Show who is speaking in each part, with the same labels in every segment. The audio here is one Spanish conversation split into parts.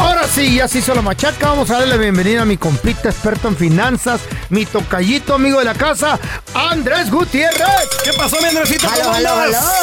Speaker 1: Ahora sí, ya se hizo la machaca. Vamos a darle la bienvenida a mi compita experto en finanzas, mi tocallito amigo de la casa, Andrés Gutiérrez.
Speaker 2: ¿Qué pasó, mi Andresito?
Speaker 3: ¡Halo,
Speaker 2: ¿Cómo
Speaker 3: halo,
Speaker 2: andas?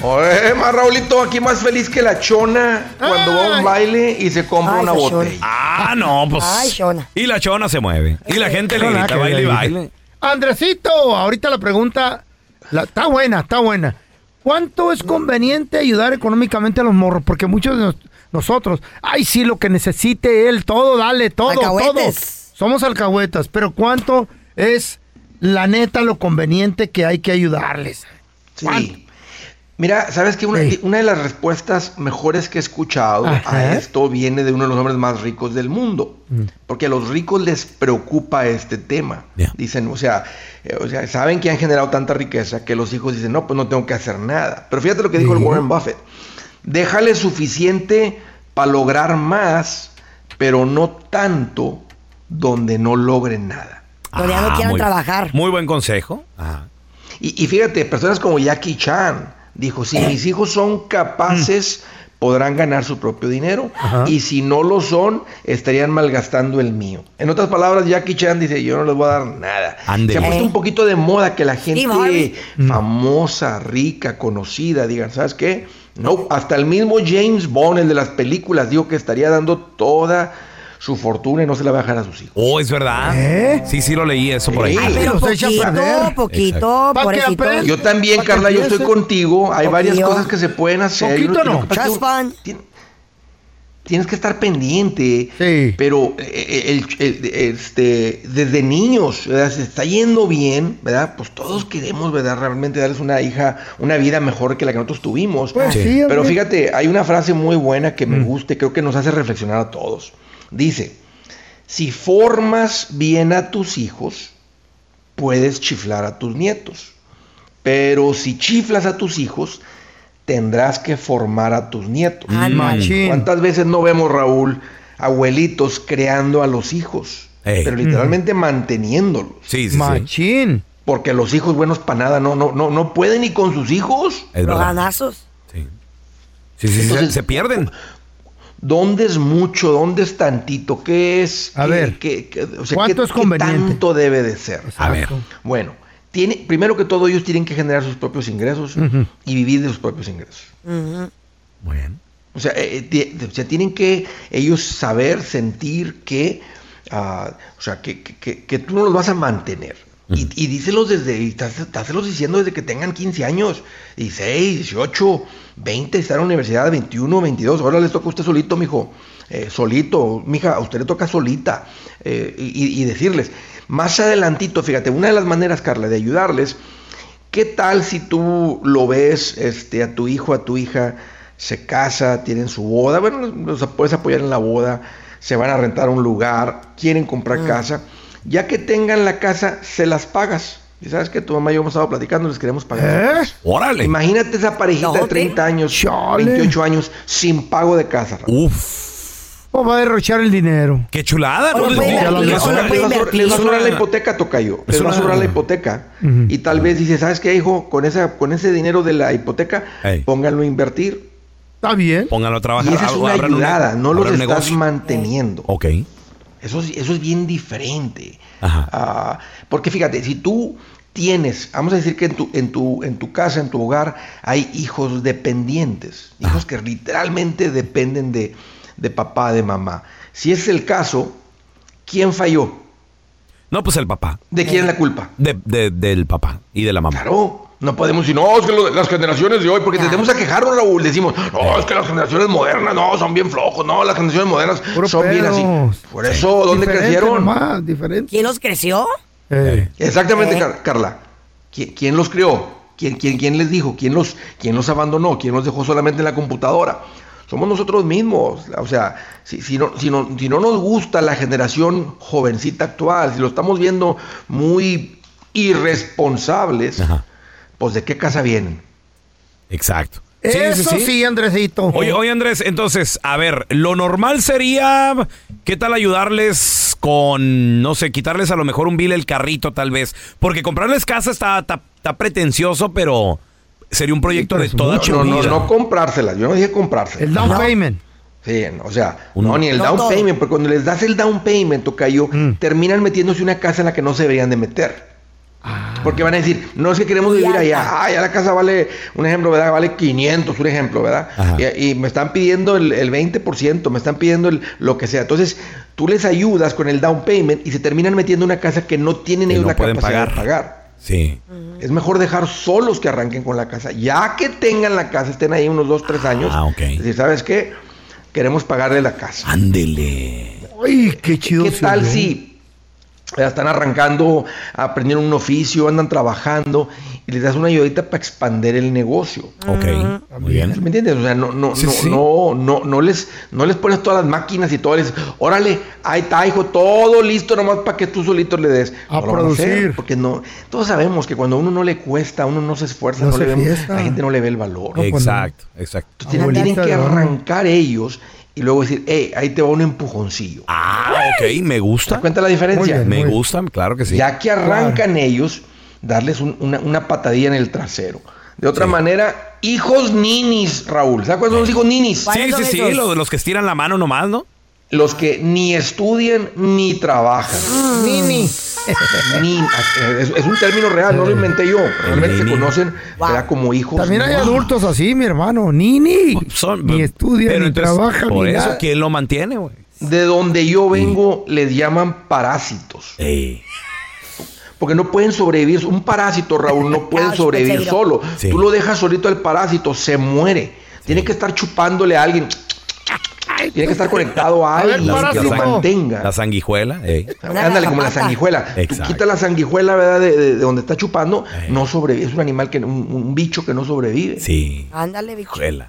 Speaker 3: halo!
Speaker 4: Oye, más Raulito, aquí más feliz que la chona cuando va a
Speaker 1: Ay.
Speaker 4: un baile y se compra
Speaker 3: Ay,
Speaker 4: una
Speaker 3: esa
Speaker 4: botella.
Speaker 2: Ah, no, pues.
Speaker 3: Ay, Shona.
Speaker 2: Y la chona se mueve. Y la gente le
Speaker 1: Con la
Speaker 2: grita,
Speaker 1: que
Speaker 2: baile y
Speaker 1: le
Speaker 2: baile.
Speaker 1: Andresito, ahorita la pregunta la- está buena, está buena. ¿Cuánto es conveniente ayudar económicamente a los morros? Porque muchos de nos- nosotros, ay, sí, lo que necesite él, todo, dale, todo, todo.
Speaker 3: Alcahuetes.
Speaker 1: Somos alcahuetas, pero ¿cuánto es la neta lo conveniente que hay que ayudarles? ¿Cuánto?
Speaker 4: Sí. Mira, ¿sabes qué? Una,
Speaker 1: Sí.
Speaker 4: una de las respuestas mejores que he escuchado
Speaker 1: Ajá.
Speaker 4: a esto viene de uno de los hombres más ricos del mundo. Porque a los ricos les preocupa este tema.
Speaker 2: Ya.
Speaker 4: Dicen, o sea, eh, o sea, saben que han generado tanta riqueza que los hijos dicen, no, pues no tengo que hacer nada. Pero fíjate lo que dijo el Warren Buffett. Déjale suficiente para lograr más, pero no tanto donde no logren nada.
Speaker 3: Donde ya no quieran
Speaker 2: Ah, muy-
Speaker 3: trabajar.
Speaker 2: Muy buen consejo. Ah. Ajá.
Speaker 4: Y, y fíjate, personas como Jackie Chan dijo, si mis hijos son capaces, podrán ganar su propio dinero. Y si no lo son, estarían malgastando el mío. En otras palabras, Jackie Chan dice, yo no les voy a dar nada.
Speaker 2: Ándele.
Speaker 4: Se ha puesto
Speaker 3: Eh.
Speaker 4: un poquito de moda que la
Speaker 3: Harvey.
Speaker 4: gente famosa, rica, conocida, digan, ¿sabes qué? No, hasta el mismo James Bond, el de las películas, dijo que estaría dando toda su fortuna y no se la va a dejar a sus hijos.
Speaker 2: Oh, es verdad.
Speaker 1: ¿Eh? Ah,
Speaker 2: Sí, sí, lo leí eso por ahí.
Speaker 4: Sí.
Speaker 3: Ah, Pero
Speaker 1: los echa a
Speaker 3: poquito,
Speaker 1: perder.
Speaker 3: poquito,
Speaker 1: Pa' que
Speaker 3: pobrecito.
Speaker 1: aprenda.
Speaker 4: Yo también,
Speaker 1: Para que
Speaker 4: Carla, yo
Speaker 1: empiece.
Speaker 4: estoy contigo. Hay varias
Speaker 3: Poquillo.
Speaker 4: cosas que se pueden hacer.
Speaker 1: Poquito
Speaker 4: Y lo- y lo
Speaker 1: no.
Speaker 4: que pasa es que
Speaker 3: Trust fund.
Speaker 4: tien- Tienes que estar pendiente,
Speaker 1: Sí.
Speaker 4: pero eh, el- el- este, desde niños, ¿verdad? se está yendo bien, ¿verdad? Pues todos queremos, ¿verdad? Realmente darles una hija, una vida mejor que la que nosotros tuvimos.
Speaker 1: Pues sí,
Speaker 4: pero
Speaker 1: hombre.
Speaker 4: fíjate, hay una frase muy buena que me gusta y creo que nos hace reflexionar a todos. Dice, si formas bien a tus hijos, puedes chiflar a tus nietos. Pero si chiflas a tus hijos, tendrás que formar a tus nietos.
Speaker 1: Machín.
Speaker 4: ¿Cuántas veces no vemos, Raúl, abuelitos creando a los hijos?
Speaker 2: Ey.
Speaker 4: Pero literalmente manteniéndolos.
Speaker 2: Sí, sí, sí.
Speaker 1: Machín.
Speaker 4: Porque los hijos buenos para nada no, no, no, no pueden ni con sus hijos.
Speaker 2: Es
Speaker 3: Los
Speaker 2: verdad.
Speaker 3: ganazos.
Speaker 2: Sí, sí, sí, se-
Speaker 4: Entonces-
Speaker 2: se pierden.
Speaker 4: ¿Dónde es mucho? ¿Dónde es tantito? ¿Qué es?
Speaker 1: A
Speaker 4: qué-
Speaker 1: ver,
Speaker 4: qué- qué- o sea, qué-
Speaker 1: ¿cuánto es conveniente?
Speaker 4: qué tanto debe de ser?
Speaker 1: A ver.
Speaker 4: Bueno, tiene, primero que todo ellos tienen que generar sus propios ingresos
Speaker 1: Ujú.
Speaker 4: y vivir de sus propios ingresos. O sea, eh, eh, ti- o sea, tienen que ellos saber, sentir que, ah, o sea, que, que- que- que tú no los vas a mantener. Y, y díselos desde, y tás- táselos diciendo desde que tengan 15 años, 16, 18, 20, estar en la universidad, 21, 22. Ahora les toca a usted solito, mijo, eh, solito, mija, a usted le toca solita. eh, y, y- y decirles, más adelantito, fíjate, una de las maneras, Carla, de ayudarles ¿Qué tal si tú lo ves este, a tu hijo, a tu hija, se casa, tienen su boda? Bueno, los los puedes apoyar en la boda, se van a rentar un lugar, quieren comprar casa. Ya que tengan la casa, se las pagas. Y sabes que tu mamá y yo hemos estado platicando, les queremos pagar.
Speaker 2: Órale.
Speaker 4: Imagínate esa parejita de 30 años, 28 años, sin pago de casa.
Speaker 2: Uf.
Speaker 1: ¿Cómo va a derrochar el dinero?
Speaker 2: Qué chulada. Pues,
Speaker 1: Bueno,
Speaker 4: No, les va a
Speaker 1: puede invertir,
Speaker 4: sobrar-
Speaker 1: bueno, puede
Speaker 4: les va a sobrar- les va a
Speaker 1: invertir.
Speaker 4: sobrar la hipoteca, Tocayo. Les va a sobrar la hipoteca. Y tal vez dice, ¿sabes qué, hijo? Con, esa, con ese dinero de la hipoteca, pónganlo a invertir.
Speaker 1: Está bien.
Speaker 2: Pónganlo a
Speaker 4: Y
Speaker 2: trabajar.
Speaker 4: esa es
Speaker 2: ab-
Speaker 4: una
Speaker 2: abran un-
Speaker 4: ayudada, no los
Speaker 2: abran un
Speaker 4: estás
Speaker 2: negocio.
Speaker 4: manteniendo.
Speaker 2: Ok.
Speaker 4: Eso es, eso es bien diferente. Ah, porque fíjate, si tú tienes, vamos a decir que en tu, en tu, en tu casa, en tu hogar, hay hijos
Speaker 2: Ah.
Speaker 4: dependientes, hijos que literalmente dependen de, de papá, de mamá. Si es el caso, ¿quién falló?
Speaker 2: No, pues el papá.
Speaker 4: ¿De quién es la culpa?
Speaker 2: De, de- del papá y de la mamá.
Speaker 4: Claro. No podemos decir, no, es que lo- las generaciones de hoy, porque tendemos a quejarnos, Raúl. Decimos, no, es que las generaciones modernas, no, son bien flojos, no, las generaciones modernas son bien así.
Speaker 1: pedos.
Speaker 4: Por eso, ¿dónde
Speaker 1: Diferente
Speaker 4: crecieron?
Speaker 1: nomás, diferente.
Speaker 3: ¿Quién los creció?
Speaker 4: Exactamente, Car- Carla. ¿Qui- ¿Quién los crió? ¿Quién, quién, quién les dijo? ¿Quién los, ¿Quién los abandonó? ¿Quién los dejó solamente en la computadora? Somos nosotros mismos. O sea, si, si no, si, no, si no nos gusta la generación jovencita actual, si lo estamos viendo muy irresponsables, pues ¿de qué casa vienen?
Speaker 2: Exacto.
Speaker 1: Eso sí, Andresito.
Speaker 2: Oye, oye, Andrés, entonces, a ver, lo normal sería, ¿qué tal ayudarles con, no sé, quitarles a lo mejor un bill el carrito tal vez? Porque comprarles casa está, está, está pretencioso, pero sería un proyecto de toda tu
Speaker 4: pues, no, no,
Speaker 2: vida.
Speaker 4: no comprárselas. Yo no dije comprárselas.
Speaker 1: El down payment.
Speaker 4: Sí, no, o sea, no, ni el
Speaker 1: No
Speaker 4: down
Speaker 1: todo.
Speaker 4: payment, porque cuando les das el down payment, Tocayo,
Speaker 1: Mm.
Speaker 4: terminan metiéndose una casa en la que no se deberían de meter.
Speaker 1: Ah.
Speaker 4: Porque van a decir, no es que queremos vivir allá, ah, ya la casa vale, un ejemplo, ¿verdad? Vale 500, un ejemplo, ¿verdad? Y, y me están pidiendo el, el 20%, me están pidiendo el- lo que sea. Entonces, tú les ayudas con el down payment y se terminan metiendo una casa que no tienen
Speaker 2: Que
Speaker 4: ellos
Speaker 2: no
Speaker 4: la
Speaker 2: pueden
Speaker 4: capacidad de
Speaker 2: pagar.
Speaker 4: pagar.
Speaker 2: Sí.
Speaker 4: Es mejor dejar solos que arranquen con la casa. Ya que tengan la casa, estén ahí unos 2, 3 años.
Speaker 2: Ah, ok.
Speaker 4: Es decir, ¿sabes qué? Queremos pagarle la casa.
Speaker 2: Ándele.
Speaker 1: Ay, qué chido.
Speaker 4: ¿Qué
Speaker 1: se
Speaker 4: tal
Speaker 1: oyó.
Speaker 4: si ya están arrancando, aprendieron un oficio, andan trabajando y les das una ayudita para expandir el negocio?
Speaker 1: Ah,
Speaker 2: Ok,
Speaker 3: Mm.
Speaker 2: muy bien.
Speaker 4: ¿Me entiendes? O sea, no, no, no, no, no, no les, no les pones todas las máquinas y todo, les, órale, ahí está, hijo, todo listo nomás para que tú solito le des.
Speaker 1: A
Speaker 4: No lo van hacer,
Speaker 1: producir.
Speaker 4: porque no, todos sabemos que cuando a uno no le cuesta, a uno no se esfuerza,
Speaker 1: No
Speaker 4: no,
Speaker 1: se
Speaker 4: le vemos-
Speaker 1: fiesta. pues
Speaker 4: la gente no le ve el valor.
Speaker 2: Exacto, exacto.
Speaker 4: Tienen, tienen
Speaker 1: Abuelita
Speaker 4: que
Speaker 1: de oro.
Speaker 4: arrancar ellos y luego decir, hey, ahí te va un empujoncillo.
Speaker 2: Ah, ok, me gusta.
Speaker 4: cuenta la diferencia?
Speaker 2: me gusta, claro que sí.
Speaker 4: Ya que arrancan ellos, darles un- una, una patadilla en el trasero. De otra manera, hijos ninis, Raúl. ¿Sabes cuáles son los hijos ninis?
Speaker 2: Sí, sí, sí, los, los que estiran la mano nomás, ¿no?
Speaker 4: Los que ni estudian ni trabajan.
Speaker 1: Mm. Nini.
Speaker 4: Nin- es, es un término real, no lo inventé yo. Realmente se conocen ¿verdad? como hijos.
Speaker 1: También hay
Speaker 4: ninis.
Speaker 1: adultos así, mi hermano. Nini. ni estudia,
Speaker 2: Pero
Speaker 1: ni
Speaker 2: entonces,
Speaker 1: trabaja,
Speaker 2: Por
Speaker 1: ni
Speaker 2: eso,
Speaker 1: nada.
Speaker 2: ¿quién lo mantiene, güey?
Speaker 4: De donde yo vengo les llaman parásitos. Porque no pueden sobrevivir. Un parásito, Raúl, no puede
Speaker 3: Ouch,
Speaker 4: sobrevivir
Speaker 3: potato.
Speaker 4: solo.
Speaker 2: Sí.
Speaker 4: Tú lo dejas solito al parásito, se muere. Tiene que estar chupándole a alguien. Tiene que estar conectado a
Speaker 1: A ver,
Speaker 4: alguien que lo
Speaker 1: parásito.
Speaker 4: mantenga.
Speaker 2: La sanguijuela, ey.
Speaker 4: Ándale, como la sanguijuela. Tú
Speaker 2: Exacto.
Speaker 4: quitas la sanguijuela, ¿verdad? De, de- de donde está chupando, no sobrevive. Es un animal, que un, un bicho que no sobrevive.
Speaker 2: Sí,
Speaker 3: Ándale, bicho.
Speaker 2: juela.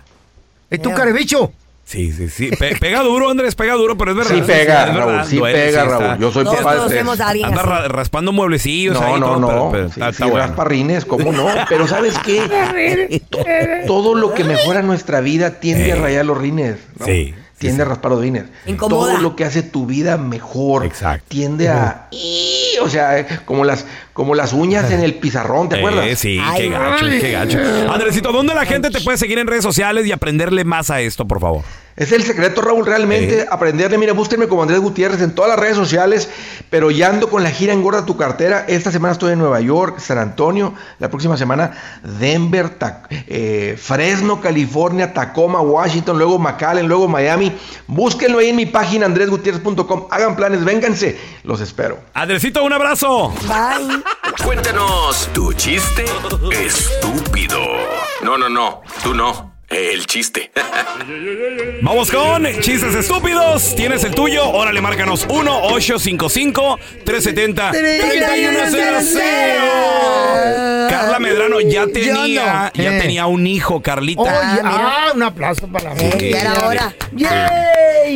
Speaker 1: ¿Y tú, carebicho?
Speaker 2: Sí, sí, sí. Pe- pega duro, Andrés, pega duro, pero es verdad.
Speaker 4: Sí pega,
Speaker 2: es
Speaker 4: Raúl, sí pega, Raúl. Yo soy Todos papá de conocemos tres. a alguien
Speaker 2: Anda
Speaker 4: así.
Speaker 2: ra- raspando mueblecillos
Speaker 4: No,
Speaker 2: ahí.
Speaker 4: no,
Speaker 2: todo,
Speaker 4: no.
Speaker 2: pero- pero ah,
Speaker 4: Sí,
Speaker 2: está-
Speaker 4: sí,
Speaker 2: está bueno.
Speaker 4: rasparrines, ¿cómo no? Pero ¿sabes qué? To- Todo lo que mejora nuestra vida tiende a rayar los rines. ¿no?
Speaker 2: Sí,
Speaker 4: Tiende a raspar los rines.
Speaker 3: Incomoda.
Speaker 4: Todo lo que hace tu vida mejor tiende a... ¡Ih! O sea, eh, como las, como las uñas en el pizarrón, ¿te acuerdas?
Speaker 2: Eh, sí,
Speaker 3: Ay,
Speaker 2: qué gacho,
Speaker 4: ay.
Speaker 2: qué gacho. Andresito, ¿dónde la gente te puede seguir en redes sociales y aprenderle más a esto, por favor?
Speaker 4: Es el secreto, Raúl, realmente aprenderle. Mira, búsquenme como Andrés Gutiérrez en todas las redes sociales, pero ya ando con la gira Engorda tu cartera. Esta semana estoy en Nueva York, San Antonio, la próxima semana Denver, Ta- eh, Fresno, California, Tacoma, Washington, luego McAllen, luego Miami. Búsquenlo ahí en mi página andresgutierrez.com. Hagan planes, vénganse, los espero.
Speaker 2: Andresito, un abrazo.
Speaker 5: Cuéntanos tu chiste estúpido. No, no, no. Tú no. El chiste.
Speaker 2: Vamos con chistes estúpidos. ¿Tienes el tuyo? Órale, márcanos 1-855-370-3100. Carla Medrano ya tenía,
Speaker 1: Yo no.
Speaker 2: ya
Speaker 1: Eh.
Speaker 2: tenía un hijo, Carlita.
Speaker 1: Oye, ah, un aplauso para mí.
Speaker 2: Sí, ya era
Speaker 1: Dale.
Speaker 2: hora.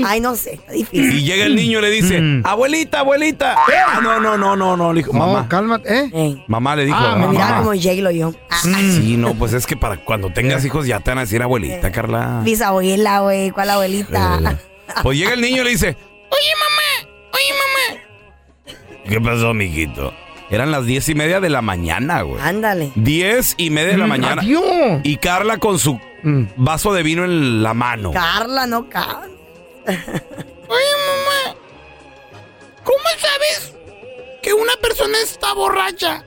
Speaker 3: Ay, no sé.
Speaker 2: Y llega el niño y le dice,
Speaker 1: Mm.
Speaker 2: abuelita, abuelita. Ah, no, no, no, no, no, le dijo, mamá.
Speaker 1: cálmate, ¿eh?
Speaker 2: Mamá le dijo,
Speaker 3: me miraba
Speaker 2: mamá.
Speaker 3: como J-Lo yo. Ah,
Speaker 2: Sí, no, pues es que para cuando tengas hijos ya te van a decir abuelita, Carla.
Speaker 3: bisabuela, güey. ¿Cuál abuelita?
Speaker 2: Pues llega el niño y le dice, ¿qué pasó, mijito? Eran las diez y media de la mañana, güey.
Speaker 3: Ándale.
Speaker 2: Diez y media de la
Speaker 3: Mm,
Speaker 2: mañana. Y Carla con su
Speaker 1: Mm.
Speaker 2: vaso de vino en la mano.
Speaker 3: Carla, no Carla.
Speaker 6: ¿Cómo sabes que una persona está borracha?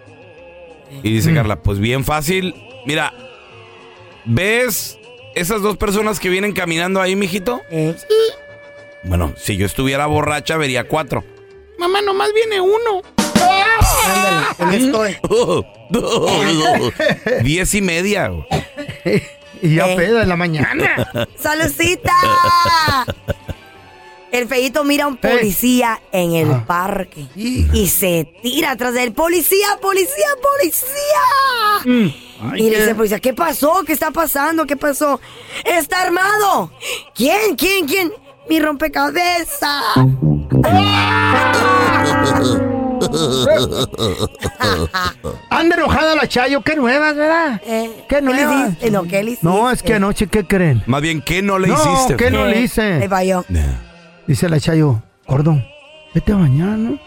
Speaker 2: Y
Speaker 1: Mm.
Speaker 2: dice Carla, pues bien fácil. Mira, ¿ves esas dos personas que vienen caminando ahí, mijito?
Speaker 1: Eh,
Speaker 2: Bueno, si yo estuviera borracha, vería cuatro.
Speaker 6: Mamá, nomás viene uno.
Speaker 2: Oh. Diez y media. güey.
Speaker 1: Y
Speaker 3: Eh.
Speaker 1: ya peda en la mañana.
Speaker 3: ¡Salucita! El feíto mira a un policía en el parque y se tira atrás del policía, policía, policía.
Speaker 6: Ay,
Speaker 3: y le
Speaker 6: ¿qué?
Speaker 3: dice al policía, ¿qué pasó? ¿Qué está pasando? ¿Qué pasó? ¡Está armado! ¿Quién? ¿Quién? ¿Quién? Mi rompecabezas.
Speaker 1: Anda enojada la Chayo, qué nuevas, ¿verdad?
Speaker 3: Eh,
Speaker 1: qué nuevas.
Speaker 3: no, ¿qué le
Speaker 1: No, es que anoche, ¿qué creen?
Speaker 2: Más bien, ¿qué no le
Speaker 1: No,
Speaker 2: hiciste?
Speaker 1: ¿qué no
Speaker 2: güey?
Speaker 1: le hice?
Speaker 3: Le falló.
Speaker 1: Dice la Chayo, gordo, vete a bañar, ¿no?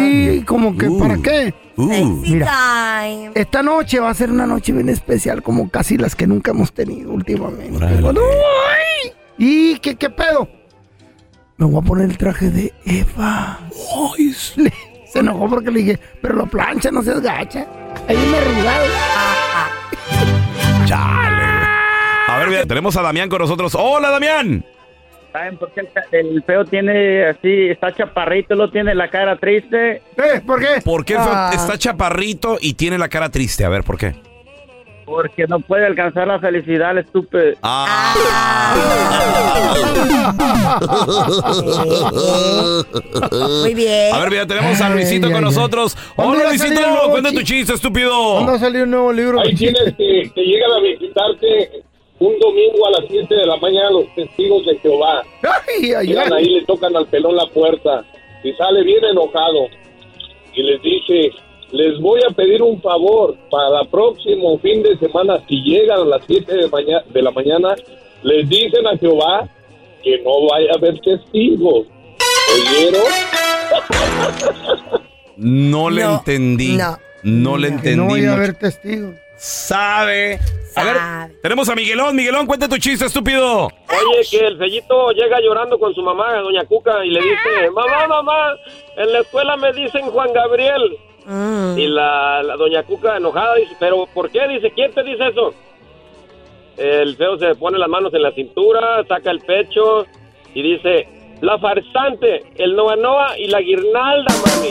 Speaker 1: Y como que, ¿para qué? Mira, esta noche va a ser una noche bien especial, como casi las que nunca hemos tenido últimamente. ¡Ay! ¿Y qué, qué pedo? Me voy a poner el traje de Eva. Le- se enojó porque le dije, pero la plancha no se gacha. Ahí me arrugado.
Speaker 2: Chale. A ver, mira, tenemos a Damián con nosotros. Hola, Damián.
Speaker 7: ¿Saben por qué el, el feo tiene así, está chaparrito, lo tiene la cara triste?
Speaker 1: ¿Por qué?
Speaker 2: ¿Por qué el feo
Speaker 7: Ah.
Speaker 2: está chaparrito y tiene la cara triste? A ver, ¿por qué?
Speaker 7: Porque no puede alcanzar la felicidad, el estúpido.
Speaker 2: Ah.
Speaker 3: Muy bien.
Speaker 2: A ver, mira, tenemos a Luisito
Speaker 1: Ay,
Speaker 2: con
Speaker 1: ay, ay.
Speaker 2: nosotros.
Speaker 1: ¿Cuándo
Speaker 2: Hola,
Speaker 1: va a
Speaker 2: Luisito.
Speaker 1: salir el nuevo
Speaker 2: Cuenta
Speaker 1: chi-
Speaker 2: tu chiste, estúpido.
Speaker 1: ¿Cuándo va a salir un nuevo libro?
Speaker 8: Ahí tienes que, que llegan a visitarte un domingo a las 7 de la mañana los testigos de Jehová.
Speaker 1: Ay, ay,
Speaker 8: Llegan
Speaker 1: ay.
Speaker 8: ahí, le tocan al pelón la puerta y sale bien enojado y les dice, les voy a pedir un favor para el próximo fin de semana, si llegan a las 7 de, maña- de la mañana, les dicen a Jehová que no vaya a haber testigos. ¿Oyeron?
Speaker 2: No le entendí. No. le entendí.
Speaker 1: No voy a
Speaker 2: mucho.
Speaker 1: haber testigos.
Speaker 2: Sabe. A ver, tenemos a Miguelón. Miguelón, cuenta tu chiste, estúpido.
Speaker 8: Oye, que el fellito llega llorando con su mamá, doña Cuca, y le dice, mamá, mamá, en la escuela me dicen Juan Gabriel. Y la, la doña Cuca enojada dice, pero ¿por qué? Dice, ¿quién te dice eso? El feo se pone las manos en la cintura, saca el pecho y dice, la farsante, el Noa Noa y la guirnalda, mami.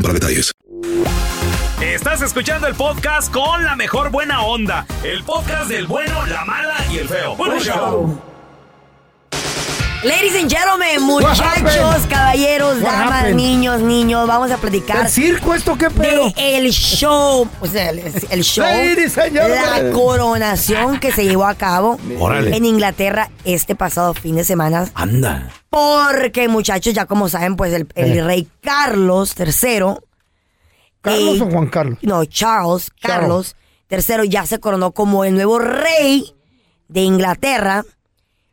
Speaker 9: para detalles.
Speaker 2: Estás escuchando el podcast con la mejor buena onda. El podcast del bueno, la mala y el feo. Bueno, show.
Speaker 3: Ladies and gentlemen,
Speaker 1: What
Speaker 3: muchachos,
Speaker 1: happened?
Speaker 3: caballeros,
Speaker 1: What
Speaker 3: damas,
Speaker 1: happened?
Speaker 3: niños, niños, vamos a platicar.
Speaker 1: ¿El circo esto qué pedo?
Speaker 3: de el show, o sea, el, el show,
Speaker 1: Ladies and
Speaker 3: la
Speaker 1: gentlemen.
Speaker 3: coronación que se llevó a cabo
Speaker 1: Órale.
Speaker 3: en Inglaterra este pasado fin de semana.
Speaker 2: Anda.
Speaker 3: Porque, muchachos, ya como saben, pues el, el
Speaker 1: Eh.
Speaker 3: rey Carlos III.
Speaker 1: ¿Carlos
Speaker 3: eh,
Speaker 1: o Juan Carlos?
Speaker 3: No, Charles, Carlos
Speaker 1: Charles.
Speaker 3: III ya se coronó como el nuevo rey de Inglaterra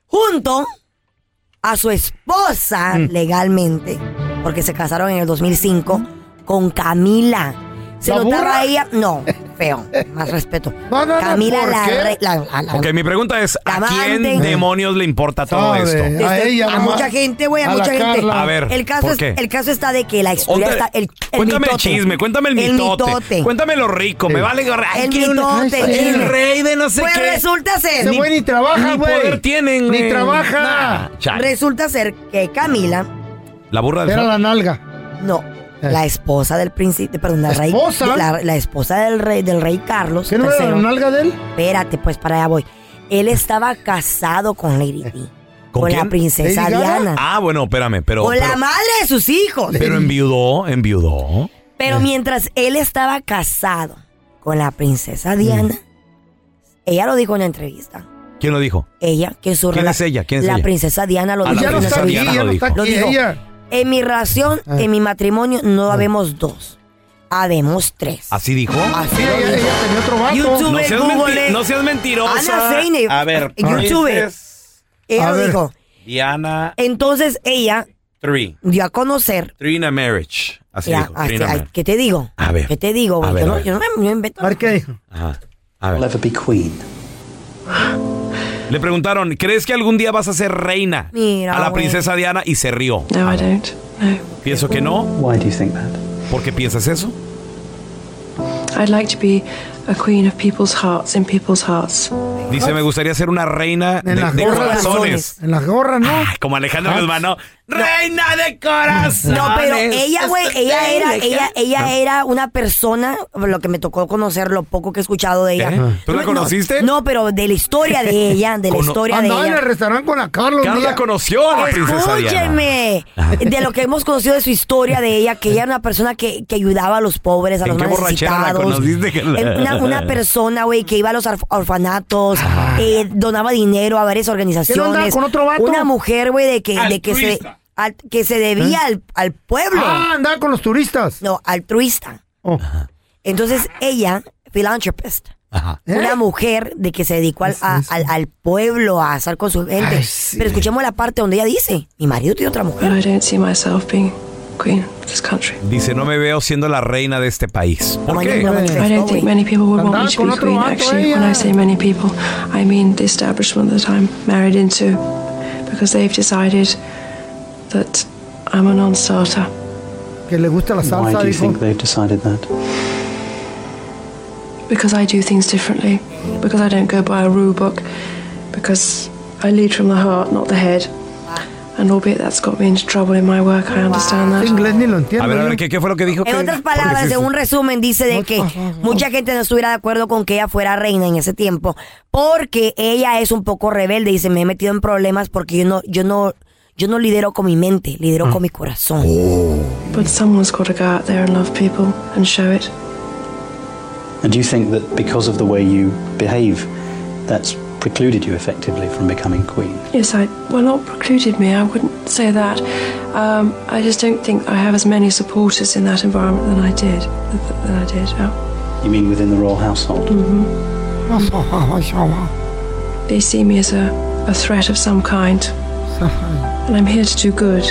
Speaker 3: junto a su esposa
Speaker 1: Mm.
Speaker 3: legalmente, porque se casaron en el 2005 con Camila. Se
Speaker 1: ¿La
Speaker 3: notaba
Speaker 1: burra?
Speaker 3: ella, no, feo, más respeto. Camila
Speaker 1: ¿por
Speaker 3: la,
Speaker 1: qué?
Speaker 3: re- la- la- la-
Speaker 2: Ok, mi pregunta es, ¿a quién
Speaker 3: amante.
Speaker 2: demonios le importa todo
Speaker 1: Sabe,
Speaker 2: esto?
Speaker 1: a
Speaker 3: este,
Speaker 1: ella nomás.
Speaker 3: mucha gente, güey, a,
Speaker 1: A la
Speaker 3: mucha gente.
Speaker 1: Carla.
Speaker 2: A ver,
Speaker 3: el caso
Speaker 2: ¿por
Speaker 3: es-
Speaker 2: qué?
Speaker 3: el caso está de que la historia
Speaker 2: Onda-
Speaker 3: está el, el
Speaker 2: cuéntame el
Speaker 3: mitote.
Speaker 2: chisme, cuéntame el
Speaker 3: El
Speaker 2: mitote.
Speaker 3: mitote.
Speaker 2: Cuéntame lo rico, me vale gorra. Ay,
Speaker 3: El
Speaker 2: quiero una-
Speaker 3: mitote, el
Speaker 2: el
Speaker 3: chisme.
Speaker 2: rey de no sé
Speaker 3: Pues
Speaker 2: qué.
Speaker 3: resulta ser.
Speaker 1: Ese güey ni trabaja,
Speaker 2: ni
Speaker 1: güey.
Speaker 2: poder tienen,
Speaker 1: Ni
Speaker 2: güey.
Speaker 1: trabaja.
Speaker 2: Nah, chale. Pues
Speaker 3: Resulta ser que Camila,
Speaker 2: La burra del
Speaker 1: Era
Speaker 2: feo.
Speaker 1: la nalga. Eh.
Speaker 3: no, la esposa del príncipe, perdón, la rey,
Speaker 1: ¿Esposa?
Speaker 3: la, la esposa del rey, del rey Carlos.
Speaker 1: ¿Qué no era la
Speaker 3: III.
Speaker 1: nalga de él?
Speaker 3: Espérate, pues para allá voy. Él estaba casado con Lady Di,
Speaker 2: ¿Con
Speaker 3: con, la
Speaker 2: quién?
Speaker 3: princesa
Speaker 1: ¿Lady Gaga?
Speaker 3: Diana,
Speaker 2: Ah, bueno, espérame, pero.
Speaker 3: con la
Speaker 2: pero-
Speaker 3: madre de sus hijos.
Speaker 2: pero Eh. enviudó, enviudó.
Speaker 3: Pero mientras él estaba casado con la princesa Diana,
Speaker 2: Mm.
Speaker 3: ella lo dijo en una entrevista.
Speaker 2: ¿Quién lo dijo?
Speaker 3: Ella, que su
Speaker 2: ¿Quién
Speaker 3: rela-
Speaker 2: es ella? ¿Quién es
Speaker 3: la
Speaker 2: ella?
Speaker 3: princesa Diana lo
Speaker 2: Ah,
Speaker 3: dijo.
Speaker 2: la
Speaker 1: Ya no está
Speaker 2: princesa
Speaker 1: aquí,
Speaker 2: Diana
Speaker 1: ya
Speaker 2: lo
Speaker 1: no está
Speaker 2: dijo.
Speaker 1: aquí
Speaker 3: Lo dijo.
Speaker 1: ella.
Speaker 3: En mi relación,
Speaker 1: Ah.
Speaker 3: en mi matrimonio, no habemos dos. Habemos tres.
Speaker 2: ¿Así dijo?
Speaker 3: Así
Speaker 1: Sí,
Speaker 3: lo
Speaker 1: ella,
Speaker 3: dijo.
Speaker 1: ella tenía otro vato.
Speaker 3: YouTube,
Speaker 2: No seas,
Speaker 3: Google, eh,
Speaker 2: menti- no seas mentirosa.
Speaker 3: Ana Zeynep.
Speaker 2: A ver,
Speaker 3: YouTube.
Speaker 2: princess
Speaker 3: Ella
Speaker 1: A
Speaker 3: lo
Speaker 1: ver.
Speaker 3: dijo.
Speaker 2: Diana
Speaker 3: Entonces ella
Speaker 2: 3.
Speaker 3: dio a conocer.
Speaker 2: Trina Marriage. Así
Speaker 3: ya,
Speaker 2: dijo.
Speaker 3: así-
Speaker 2: Trina
Speaker 3: ay,
Speaker 2: Marriage.
Speaker 3: ¿Qué te digo?
Speaker 2: A ver.
Speaker 3: ¿Qué te digo?
Speaker 2: A
Speaker 3: güey?
Speaker 2: ver,
Speaker 3: Yo
Speaker 2: a
Speaker 3: no,
Speaker 2: ver.
Speaker 3: yo no me- no invento.
Speaker 1: A ver qué dijo.
Speaker 2: Ajá. A ver. Le preguntaron, ¿crees que algún día vas a ser reina?
Speaker 3: Mira,
Speaker 2: a la
Speaker 3: güey.
Speaker 2: princesa Diana y se rió.
Speaker 10: No, I don't. No.
Speaker 2: Pienso que no.
Speaker 11: Why do you think that?
Speaker 2: ¿Por qué piensas eso?
Speaker 10: I'd like to be a queen of people's hearts in people's hearts.
Speaker 2: Dice, me gustaría ser una reina de,
Speaker 1: En las
Speaker 2: de
Speaker 1: gorras.
Speaker 2: corazones.
Speaker 1: En las gorras, ¿no?
Speaker 2: Ay, como Alejandro Guzmán, ¿no? ¡Reina de corazones!
Speaker 3: No, pero ella, güey, ella era, ella,
Speaker 2: Ah.
Speaker 3: ella era una persona, lo que me tocó conocer, lo poco que he escuchado de ella.
Speaker 2: ¿Eh? ¿Tú la
Speaker 3: No, no,
Speaker 2: conociste?
Speaker 3: No, pero de la historia de ella, de la
Speaker 2: Cono-
Speaker 3: historia de
Speaker 1: Andaba en
Speaker 3: ella.
Speaker 1: el restaurante con la Carlos.
Speaker 2: Carla
Speaker 1: mira.
Speaker 2: conoció a la princesa Diana.
Speaker 3: Escúcheme, de lo que hemos conocido de su historia de ella, que ella era una persona que, que ayudaba a los pobres, a
Speaker 2: ¿En
Speaker 3: los
Speaker 2: qué
Speaker 3: más
Speaker 2: borrachera la
Speaker 3: necesitados.
Speaker 2: conociste, Carla?
Speaker 3: En Una, una persona, güey, que iba a los orf- orfanatos,
Speaker 2: Ah.
Speaker 3: eh, donaba dinero a varias
Speaker 1: ¿Que no andaba
Speaker 3: organizaciones.
Speaker 1: con otro vato?
Speaker 3: Una mujer, güey, de que, de que se
Speaker 2: Altruista.
Speaker 3: al- que se debía al, al pueblo.
Speaker 1: ¿Eh? Ah, andaba con los turistas.
Speaker 3: No, altruista.
Speaker 1: Oh.
Speaker 3: Entonces ella, philanthropist.
Speaker 2: Ajá.
Speaker 1: ¿Eh?
Speaker 3: Una mujer de que se dedicó al, a- al, al pueblo a estar con su gente.
Speaker 1: Ay, sí.
Speaker 3: Pero escuchemos la parte donde ella dice, mi marido tiene otra mujer.
Speaker 10: But I don't see myself being queen of this country.
Speaker 2: Dice, no me veo siendo la reina de este país. ¿Por
Speaker 3: Tamaño
Speaker 2: qué?
Speaker 3: no-
Speaker 10: I don't think many people would want me to
Speaker 1: Con
Speaker 10: be
Speaker 1: otro
Speaker 10: queen,
Speaker 1: vato, eh.
Speaker 10: actually. When
Speaker 1: ella.
Speaker 10: I say many people, I mean the establishment that I'm married into, because they've decided that I'm a non starter.
Speaker 1: Que le gusta la salsa,
Speaker 11: Why do you
Speaker 1: dijo.
Speaker 11: think they've decided that?
Speaker 10: because I do things differently, because I don't go by a rule book, because I lead from the heart, not the head. And albeit that's got me into trouble in my work, I understand
Speaker 1: Ese
Speaker 10: that.
Speaker 1: inglés ni lo entiendo.
Speaker 2: A ver, a
Speaker 1: yo.
Speaker 2: ver, ¿qué, qué fue lo que dijo?
Speaker 3: En
Speaker 2: ¿Qué-
Speaker 3: otras
Speaker 2: por qué
Speaker 3: palabras,
Speaker 2: se-
Speaker 3: en un resumen dice de que mucha gente no estuviera de acuerdo con que ella fuera reina en ese tiempo porque ella es un poco rebelde y se me he metido en problemas porque yo no yo no yo no lidero con mi mente, lidero con mi corazón.
Speaker 10: Oh. But someone's got to go out there and love people and show it.
Speaker 11: And do you think that because of the way you behave, that's precluded you effectively from becoming queen.
Speaker 10: Yes, I well not precluded me. I wouldn't say that. Um, I just don't think I have as many supporters in that environment than I did. th- Than I did. Uh, Yeah.
Speaker 11: You mean within the royal household?
Speaker 10: Mm-hmm. They see me as a, a threat of some kind, and I'm here to do good.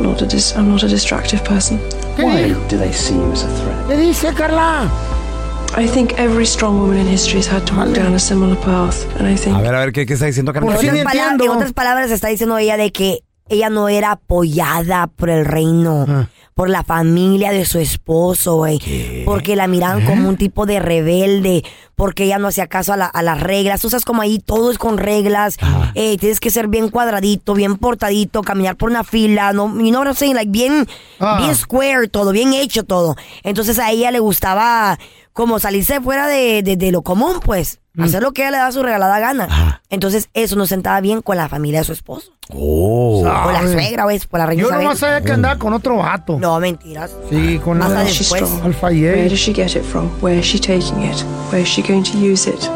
Speaker 10: Not a dis- I'm not a destructive person.
Speaker 11: Why do they see you as a threat?
Speaker 10: ¿Qué dice Carla? I think every strong woman in history has had to walk down a similar path, and I think
Speaker 2: A ver, a ver, ¿qué, qué está diciendo Carmen?
Speaker 3: En otras, pala- en otras palabras, está diciendo ella de que ella no era apoyada por el reino, por la familia de su esposo, güey. Porque la miraban como un tipo de rebelde, porque ella no hacía caso a, la- a las reglas. Tú sabes como ahí todo es con reglas. eh, tienes que ser bien cuadradito, bien portadito, caminar por una fila, no, y no, no sé, like, bien,
Speaker 1: Ah.
Speaker 3: bien square todo, bien hecho todo. Entonces a ella le gustaba como salirse fuera de, de- de lo común, pues.
Speaker 1: Mm.
Speaker 3: Hacer lo que ella le da su regalada gana.
Speaker 1: Ah.
Speaker 3: Entonces, eso no sentaba bien con la familia de su esposo.
Speaker 2: Oh.
Speaker 3: O la suegra, ¿ves? Por la reina
Speaker 1: Yo
Speaker 3: Isabel.
Speaker 1: nomás sabía que andaba con otro vato.
Speaker 3: No, mentiras.
Speaker 1: Sí, con
Speaker 3: Hasta
Speaker 1: la...
Speaker 3: después.
Speaker 1: Al Fayed.
Speaker 10: Where does she get it from? Where is she taking it? Where is she going to use it?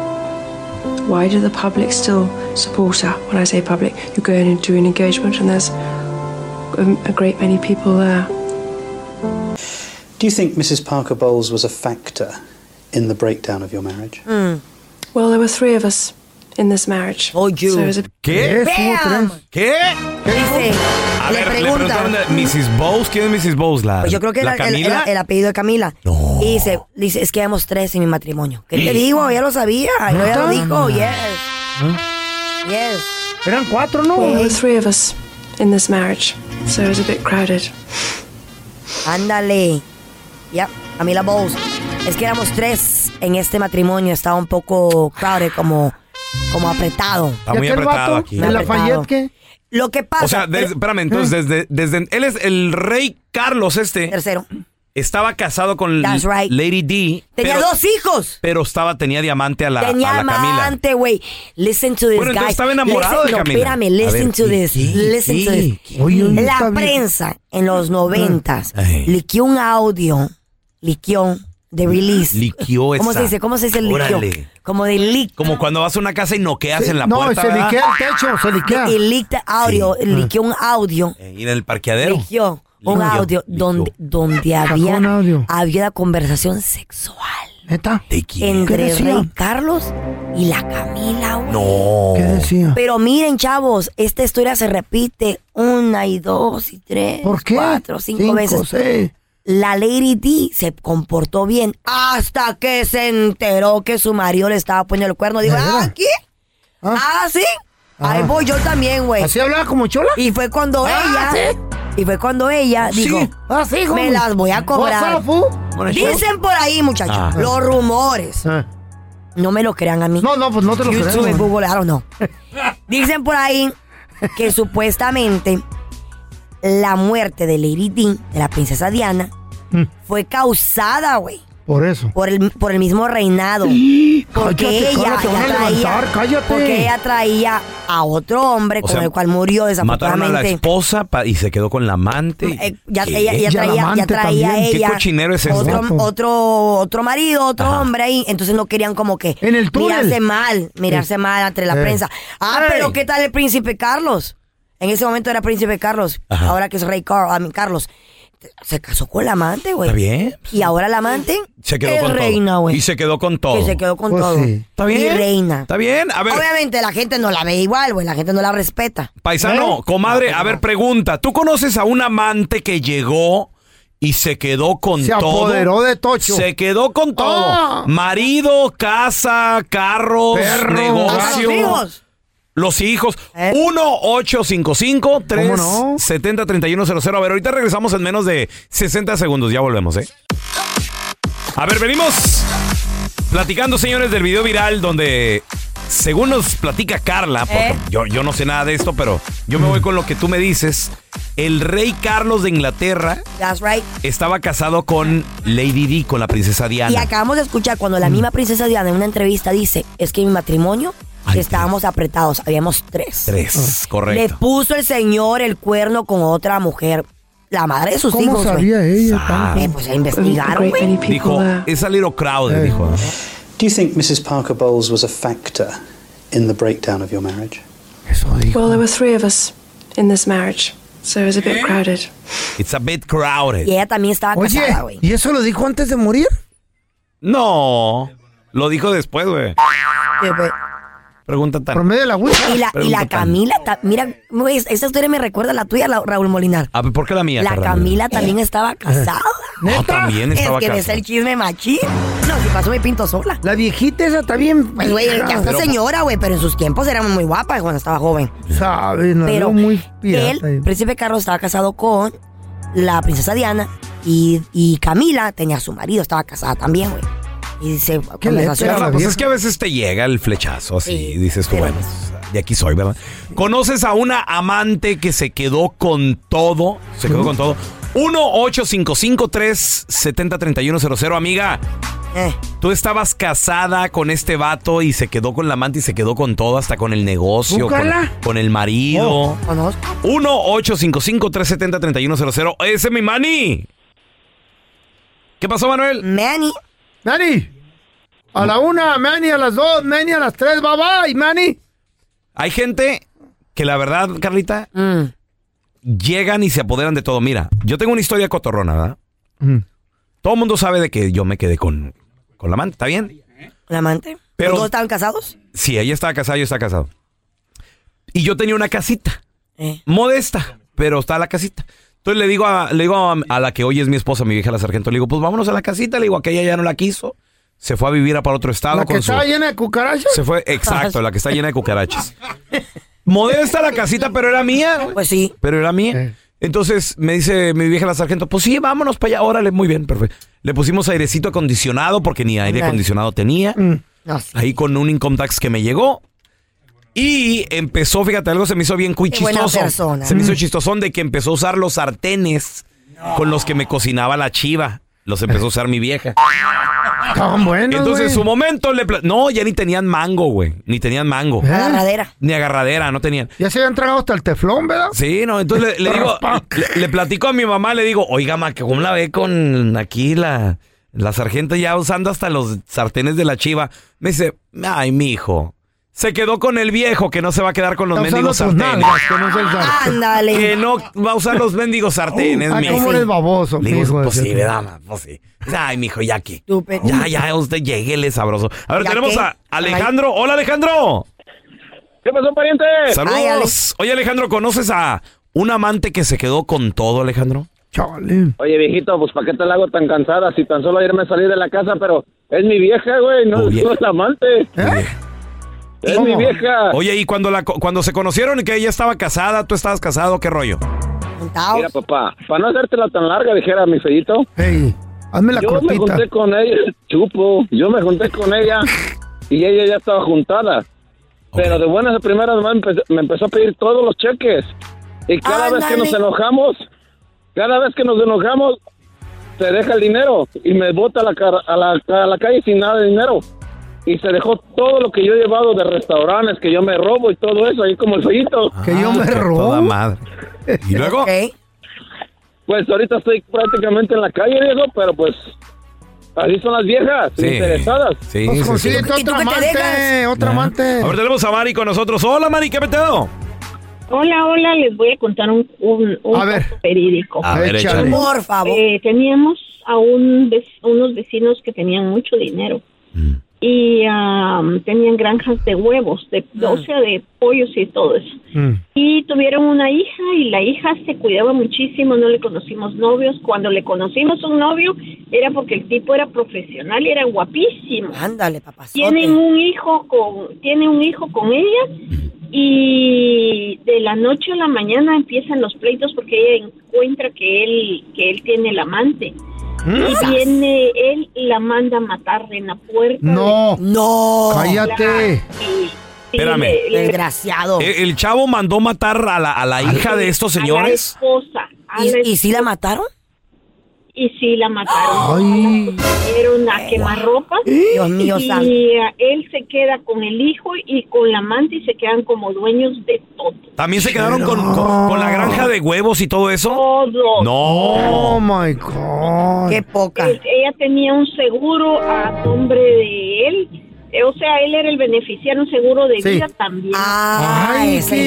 Speaker 10: Why do the public still support her? When I say public, you go in and do an engagement, and there's a, a great many people there.
Speaker 11: Do you think Mrs. Parker Bowles was a factor in the breakdown of your marriage?
Speaker 3: Hmm.
Speaker 10: Well, there were three of us in this marriage. Oh, you. So it was a-
Speaker 2: ¿Qué?
Speaker 10: Bam!
Speaker 2: ¿Qué?
Speaker 3: Dice,
Speaker 2: A
Speaker 3: le
Speaker 2: ver, le
Speaker 3: preguntan.
Speaker 2: preguntaron de Mrs. Bowes. ¿Quién es Mrs. Bowes? La,
Speaker 3: Pues yo creo que
Speaker 2: la
Speaker 3: era el,
Speaker 2: Camila.
Speaker 3: el- el apellido de Camila. Y dice, dice, es que éramos tres en mi matrimonio. ¿Qué te
Speaker 2: Sí.
Speaker 3: digo? Ya lo sabía. Yo ya lo
Speaker 10: ¿Neta?
Speaker 3: dijo. Yes. Yes.
Speaker 1: Eran cuatro,
Speaker 10: Well, there were three of us in this marriage, so it was a bit crowded.
Speaker 3: Ándale. Ya, Camila Bowles. Es que éramos tres en este matrimonio. Estaba un poco crowded, como, como apretado.
Speaker 2: Está muy apretado aquí.
Speaker 3: Muy
Speaker 2: ¿El
Speaker 3: apretado.
Speaker 2: Lafayette
Speaker 3: Lo que pasa...
Speaker 2: O sea, des- espérame, entonces, desde, desde. Él es el rey Carlos este.
Speaker 3: Tercero.
Speaker 2: Estaba casado con
Speaker 3: That's right.
Speaker 2: Lady D.
Speaker 3: Tenía
Speaker 2: pero-
Speaker 3: dos hijos.
Speaker 2: Pero estaba, tenía diamante a la,
Speaker 3: Tenía
Speaker 2: a la Camila.
Speaker 3: amante, güey. Listen to this,
Speaker 2: Bueno, entonces
Speaker 3: guys.
Speaker 2: estaba
Speaker 3: Listen-
Speaker 2: enamorado de Camila.
Speaker 3: No, espérame,
Speaker 2: A
Speaker 3: listen
Speaker 2: ver,
Speaker 3: to
Speaker 2: ¿qué,
Speaker 3: this.
Speaker 2: qué,
Speaker 3: Listen to
Speaker 2: qué?
Speaker 3: this.
Speaker 2: Oye, Ah, oye,
Speaker 3: La
Speaker 2: está bien.
Speaker 3: prensa en los noventas liquió un audio, liquió de release.
Speaker 2: Liquió
Speaker 3: ¿Cómo
Speaker 2: esa.
Speaker 3: se dice? ¿Cómo se dice el Ah. liquió?
Speaker 2: Órale.
Speaker 3: Como de leak.
Speaker 2: Como cuando vas a una casa y noqueas en la
Speaker 3: no,
Speaker 2: puerta.
Speaker 3: se
Speaker 2: ¿verdad?
Speaker 3: liquea el techo, se liquea. Y leaked audio, liquió un audio
Speaker 2: Eh, Y en el parqueadero.
Speaker 3: Ligió un
Speaker 2: Ligió,
Speaker 3: audio donde, donde había, había una conversación sexual.
Speaker 1: ¿Neta? ¿Qué
Speaker 3: Entre el
Speaker 1: decía?
Speaker 3: Rey Carlos y la Camila, güey.
Speaker 2: No.
Speaker 1: ¿Qué decía?
Speaker 3: Pero miren, chavos, esta historia se repite una y dos y tres,
Speaker 1: ¿Por qué?
Speaker 3: cuatro, cinco,
Speaker 1: Cinco,
Speaker 3: veces.
Speaker 1: seis.
Speaker 3: La Lady D se comportó bien hasta que se enteró que su marido le estaba poniendo el cuerno. Dijo, ah, aquí. Ah, sí. Ahí voy yo también, güey.
Speaker 1: ¿Así hablaba como chola?
Speaker 3: Y fue cuando
Speaker 1: Ah,
Speaker 3: ella. Y fue cuando ella
Speaker 1: Sí.
Speaker 3: dijo,
Speaker 1: Ah, sí,
Speaker 3: me
Speaker 1: homie.
Speaker 3: las voy a cobrar.
Speaker 1: What's up, fool?
Speaker 3: Dicen por ahí, muchachos,
Speaker 1: Ah.
Speaker 3: los rumores. No me lo crean a mí. No,
Speaker 1: no, pues no te lo
Speaker 3: YouTube,
Speaker 1: creemos.
Speaker 3: Google, I don't know. Dicen por ahí que supuestamente la muerte de Lady Di, de la princesa Diana, fue causada, güey,
Speaker 1: Mm. Por eso.
Speaker 3: por el, por el mismo reinado. Porque
Speaker 1: cállate,
Speaker 3: ella,
Speaker 1: Carla, te van a
Speaker 3: ella traía,
Speaker 1: levantar, cállate.
Speaker 3: porque ella traía a otro hombre
Speaker 2: O
Speaker 3: con
Speaker 2: sea,
Speaker 3: el cual murió
Speaker 2: Mataron a la
Speaker 3: desafortunadamente.
Speaker 2: esposa pa- y se quedó con la amante.
Speaker 3: Eh, ya,
Speaker 2: ¿Qué?
Speaker 3: ella, ya traía, ya traía
Speaker 2: ¿Qué
Speaker 3: ella
Speaker 2: cochinero es este eso?
Speaker 3: otro, otro, otro marido, otro hombre ahí. Entonces no querían como que en el
Speaker 1: túnel.
Speaker 3: mirarse mal, mirarse
Speaker 1: Eh.
Speaker 3: mal entre la
Speaker 1: Eh.
Speaker 3: prensa. Ah, pero ¿qué tal el príncipe Carlos? En ese momento era príncipe Carlos, ahora que es rey Carl, a mí, Carlos. Se casó con la amante, güey.
Speaker 2: Está bien.
Speaker 3: Y ahora la amante
Speaker 2: Se quedó
Speaker 3: es
Speaker 2: con
Speaker 3: reina,
Speaker 2: todo.
Speaker 3: güey.
Speaker 2: Y se quedó con todo.
Speaker 3: Que se quedó con
Speaker 2: Pues
Speaker 3: todo.
Speaker 2: sí. ¿Está bien?
Speaker 3: Y reina.
Speaker 2: Está bien. A ver,
Speaker 3: Obviamente la gente no la ve igual, güey. La gente no la respeta.
Speaker 1: ¿Eh?
Speaker 2: paisano, comadre,
Speaker 1: pues
Speaker 2: a ver, pregunta. ¿Tú conoces a un amante que llegó y se quedó con
Speaker 1: Se
Speaker 2: todo?
Speaker 1: apoderó de Tocho.
Speaker 2: Se quedó con todo.
Speaker 1: Ah.
Speaker 2: Marido, casa, carros,
Speaker 1: Perro.
Speaker 2: negocio.
Speaker 1: Los hijos.
Speaker 2: Los hijos. 1-855-370-3100. A ver, ahorita regresamos en menos de 60 segundos. Ya volvemos, ¿eh? A ver, venimos platicando, señores, del video viral donde, según nos platica Carla, porque
Speaker 12: ¿Eh?
Speaker 2: yo, yo no sé nada de esto, pero yo me voy con lo que tú me dices. El rey Carlos de Inglaterra
Speaker 3: That's right.
Speaker 2: estaba casado con Lady Di, con la princesa Diana. Mm.
Speaker 3: Y acabamos de escuchar cuando la misma princesa Diana en una entrevista dice, es que en mi matrimonio estábamos apretados, habíamos tres.
Speaker 2: Tres, correcto.
Speaker 3: Le puso el señor el cuerno con otra mujer, la madre de sus
Speaker 1: ¿Cómo
Speaker 3: hijos. güey.
Speaker 1: sabía ella
Speaker 2: Ah.
Speaker 3: Eh, pues a investigar, güey.
Speaker 1: Eh.
Speaker 2: Dijo, es a little crowded, dijo.
Speaker 11: Do you think Mrs. Parker Bowles was a factor in the breakdown of your marriage?
Speaker 10: Well, there were three of us in this marriage, so it was a bit crowded.
Speaker 2: It's a bit crowded.
Speaker 3: Y ella también estaba
Speaker 1: Oye,
Speaker 3: casada, güey.
Speaker 1: ¿y eso lo dijo antes de morir?
Speaker 2: No. Lo dijo después, güey. Pregunta tan.
Speaker 1: Promedio de la
Speaker 3: Eh, Y la, y la Camila, ta- mira, güey, esa historia me recuerda a la tuya, la- Raúl Molinar.
Speaker 2: A ver, ¿por qué la mía?
Speaker 3: La
Speaker 2: carnal?
Speaker 3: Camila también estaba casada.
Speaker 2: Ah, también estaba
Speaker 3: es que ves
Speaker 2: casada.
Speaker 3: el chisme machín. No, si pasó me pinto sola.
Speaker 1: La viejita esa está bien.
Speaker 3: Pues, güey, ya está
Speaker 1: Pero-
Speaker 3: señora, güey, pero en sus tiempos éramos muy guapas cuando estaba joven.
Speaker 1: Sabes, no
Speaker 3: Pero
Speaker 1: veo muy pirata.
Speaker 3: Él, Príncipe Carlos, estaba casado con la princesa Diana y, y Camila tenía a su marido, estaba casada también, güey. Y dice, conversación-
Speaker 2: Carla, pues es que a veces te llega el flechazo así, dices tú, bueno,
Speaker 3: pues,
Speaker 2: pues, de aquí soy, ¿verdad? ¿Conoces a una amante que se quedó con todo? Se quedó con todo. 1-855-370-3100, amiga.
Speaker 3: Eh.
Speaker 2: Tú estabas casada con este vato y se quedó con la amante y se quedó con todo, hasta con el negocio,
Speaker 3: ¿Tú,
Speaker 2: con,
Speaker 3: Carla?
Speaker 2: con el marido.
Speaker 3: Oh, conozco.
Speaker 2: 1-855-370-3100. Ese es mi mani. ¿Qué pasó, Manuel?
Speaker 3: Manny.
Speaker 1: Manny. A la una, Manny a las dos, Manny a las tres, bye bye, Manny.
Speaker 2: Hay gente que la verdad, Carlita, llegan y se apoderan de todo. Mira, yo tengo una historia cotorrona, ¿verdad?
Speaker 1: Mm.
Speaker 2: Todo el mundo sabe de que yo me quedé con, con la amante, ¿está bien?
Speaker 3: ¿La amante?
Speaker 2: Pero-
Speaker 3: ¿Todos estaban casados?
Speaker 2: Sí, ella estaba casada, yo estaba casado. Y yo tenía una casita, modesta, pero está la casita. Entonces le digo, a, le digo a, a la que hoy es mi esposa, mi vieja la sargento, le digo, pues vámonos a la casita, le digo, aquella ya no la quiso, se fue a vivir a para otro estado.
Speaker 1: La que
Speaker 2: con su-
Speaker 1: estaba llena de cucarachas.
Speaker 2: Se fue, exacto, la que está llena de cucarachas. Modesta la casita, pero era mía.
Speaker 3: Pues sí.
Speaker 2: Pero era mía. Entonces me dice mi vieja la sargento, pues sí, vámonos para allá, órale, muy bien, perfecto. Le pusimos airecito acondicionado porque ni aire
Speaker 3: Ándale. Mm.
Speaker 2: acondicionado tenía.
Speaker 3: No sé.
Speaker 2: Ahí con un income tax que me llegó. Y empezó, fíjate, algo se me hizo bien cuy
Speaker 3: Qué buena
Speaker 2: chistoso.
Speaker 3: persona.
Speaker 2: Se me hizo
Speaker 3: Mm.
Speaker 2: chistosón de que empezó a usar los sartenes con los que me cocinaba la chiva. Los empezó a usar mi vieja.
Speaker 1: Estaban buenos,
Speaker 2: Entonces, en
Speaker 1: Ah, güey.
Speaker 2: su momento le. pla- No, ya ni tenían mango, güey. Ni tenían mango.
Speaker 1: ¿Eh?
Speaker 3: Agarradera.
Speaker 2: Ni agarradera, no tenían.
Speaker 1: Ya se habían tragado hasta el teflón, ¿verdad?
Speaker 2: Sí, no, entonces le, le digo, le, le platico a mi mamá, le digo, oiga, ma, que cómo la ve con aquí la, la sargenta ya usando hasta los sartenes de la chiva. Me dice, ay, mi hijo, se quedó con el viejo que no se va a quedar con los
Speaker 1: Está
Speaker 2: mendigos
Speaker 1: usando tus
Speaker 2: sartenes.
Speaker 1: nalgas, que no es el sartén.
Speaker 3: Ándale.
Speaker 2: Que no va a usar los mendigos sartenes,
Speaker 1: Ah,
Speaker 2: mi
Speaker 1: ¿Cómo eres baboso?
Speaker 2: Le
Speaker 1: hijo
Speaker 2: digo,
Speaker 1: de
Speaker 2: pues sí,
Speaker 1: Dios.
Speaker 2: ¿verdad, ma? Pues sí. Ay, mijo, ya aquí. Ya, ya, usted lleguele sabroso. A ver,
Speaker 1: ¿Ya
Speaker 2: tenemos
Speaker 1: qué?
Speaker 2: a Alejandro. Hola, Alejandro.
Speaker 8: ¿Qué pasó, pariente?
Speaker 2: Saludos. Oye, Alejandro, ¿conoces a un amante que se quedó con todo, Alejandro?
Speaker 8: Oye, viejito, pues ¿para qué te la hago tan cansada si tan solo ayer me salí de la casa? Pero es mi vieja, güey, no, no es la amante. Es mi vieja.
Speaker 2: Oye, ¿y cuando, la, co- cuando se conocieron y que ella estaba casada, tú estabas casado, qué rollo?
Speaker 8: Mira, papá, para no hacértela tan larga, dijera mi fellito.
Speaker 1: hazme
Speaker 8: la yo me junté con ella, chupo. Yo me junté con ella y ella ya estaba juntada. Pero de buenas a primeras nomás empe- me empezó, a pedir todos los cheques. Y cada vez que nos enojamos, cada vez que nos enojamos, se deja el dinero y me bota a la, car- a la, a la calle sin nada de dinero. Y se dejó todo lo que yo he llevado de restaurantes, que yo me robo y todo eso, ahí como el fellito.
Speaker 1: Que yo me robo.
Speaker 2: madre. ¿Y luego?
Speaker 8: Pues ahorita estoy prácticamente en la calle, Diego, pero pues así son las viejas,
Speaker 2: Sí.
Speaker 8: interesadas.
Speaker 2: Sí, Pues sí, sí. consíguete
Speaker 1: otra amante, otra amante.
Speaker 2: Ahora tenemos a Mari con nosotros. Hola, Mari, ¿qué peteo?
Speaker 12: Hola, hola, les voy a contar un, un, un caso verídico.
Speaker 2: A ver, Échale. échale.
Speaker 3: Por favor.
Speaker 12: Eh, teníamos a un ve- unos vecinos que tenían mucho dinero
Speaker 2: Mm.
Speaker 12: y am, tenían granjas de huevos,
Speaker 3: Ah.
Speaker 12: de, o sea, de pollos y todo eso.
Speaker 6: Mm.
Speaker 12: Y tuvieron una hija y la hija se cuidaba muchísimo, no le conocimos novios. Cuando le conocimos un novio era porque el tipo era profesional y era guapísimo.
Speaker 3: Ándale, papá.
Speaker 12: Tienen un hijo con tiene un hijo con ella y de la noche a la mañana empiezan los pleitos porque ella encuentra que él que él tiene el amante.
Speaker 2: Mm.
Speaker 12: Y viene él y la manda a matar en la puerta.
Speaker 1: No.
Speaker 3: No.
Speaker 1: Cállate.
Speaker 12: Sí,
Speaker 2: Espérame.
Speaker 12: le- le-
Speaker 3: Desgraciado.
Speaker 2: Eh, El chavo mandó matar a la, a la hija de estos señores.
Speaker 12: A la esposa.
Speaker 3: ¿Y, y si la mataron?
Speaker 12: Y sí, la mataron.
Speaker 1: Ay.
Speaker 12: Era una quemarropa.
Speaker 3: Dios mío
Speaker 12: y
Speaker 3: santo.
Speaker 12: eh, él se queda con el hijo y con la amante y se quedan como dueños de todo.
Speaker 2: También se quedaron con, con- con la granja de huevos y todo eso.
Speaker 1: Oh
Speaker 2: No.
Speaker 1: my God.
Speaker 3: Qué poca.
Speaker 12: Ella tenía un seguro a nombre de él Eh, O sea, él era el beneficiario seguro de
Speaker 3: Sí.
Speaker 12: vida también.
Speaker 3: Ay, ese Ah,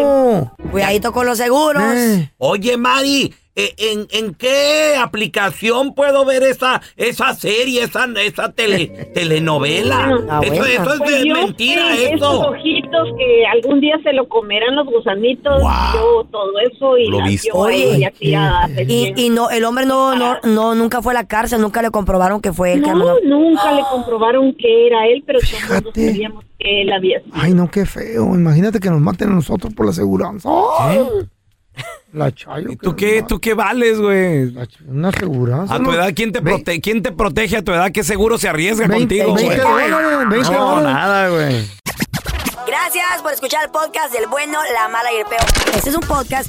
Speaker 3: insurance. Cuidadito con los seguros.
Speaker 1: Eh.
Speaker 13: Oye, Mari, ¿eh, ¿en, en qué aplicación puedo ver esa, esa serie, esa, esa tele- telenovela?
Speaker 12: Ah,
Speaker 13: eso,
Speaker 12: bueno.
Speaker 13: eso es
Speaker 12: Pues
Speaker 13: de
Speaker 12: yo
Speaker 13: mentira,
Speaker 12: sé, Esos
Speaker 13: eso.
Speaker 12: ojitos que algún día se lo comerán los gusanitos, yo todo eso y
Speaker 13: Lo
Speaker 12: la-
Speaker 13: viste.
Speaker 12: yo ahí
Speaker 3: Oye,
Speaker 12: hacía
Speaker 3: y,
Speaker 12: recién.
Speaker 3: y no, el hombre no,
Speaker 14: Ah.
Speaker 3: no, no, nunca fue a la cárcel, nunca le comprobaron que fue él que
Speaker 12: No,
Speaker 3: mandó-
Speaker 12: nunca le comprobaron que era él, pero todos nosotros sabíamos que él había sido.
Speaker 1: Ay, no, qué feo. Imagínate que nos maten a nosotros por la aseguranza. ¡Ay!
Speaker 13: ¿Eh?
Speaker 1: La chayo. que
Speaker 2: ¿Tú qué, tú qué vales, güey?
Speaker 1: nos- Una
Speaker 12: Pues
Speaker 1: aseguranza.
Speaker 2: A tu
Speaker 1: ¿no?
Speaker 2: edad, ¿quién te, prote- ¿quién te protege a tu edad? ¿Qué seguro se arriesga
Speaker 1: 20
Speaker 2: contigo, güey?
Speaker 1: 20 dólares, 20
Speaker 2: No,
Speaker 1: dólares.
Speaker 2: nada, güey.
Speaker 3: Gracias por escuchar el podcast del bueno, la mala y el peor. Este es un podcast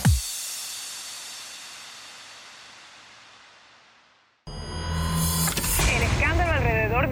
Speaker 14: El escándalo alrededor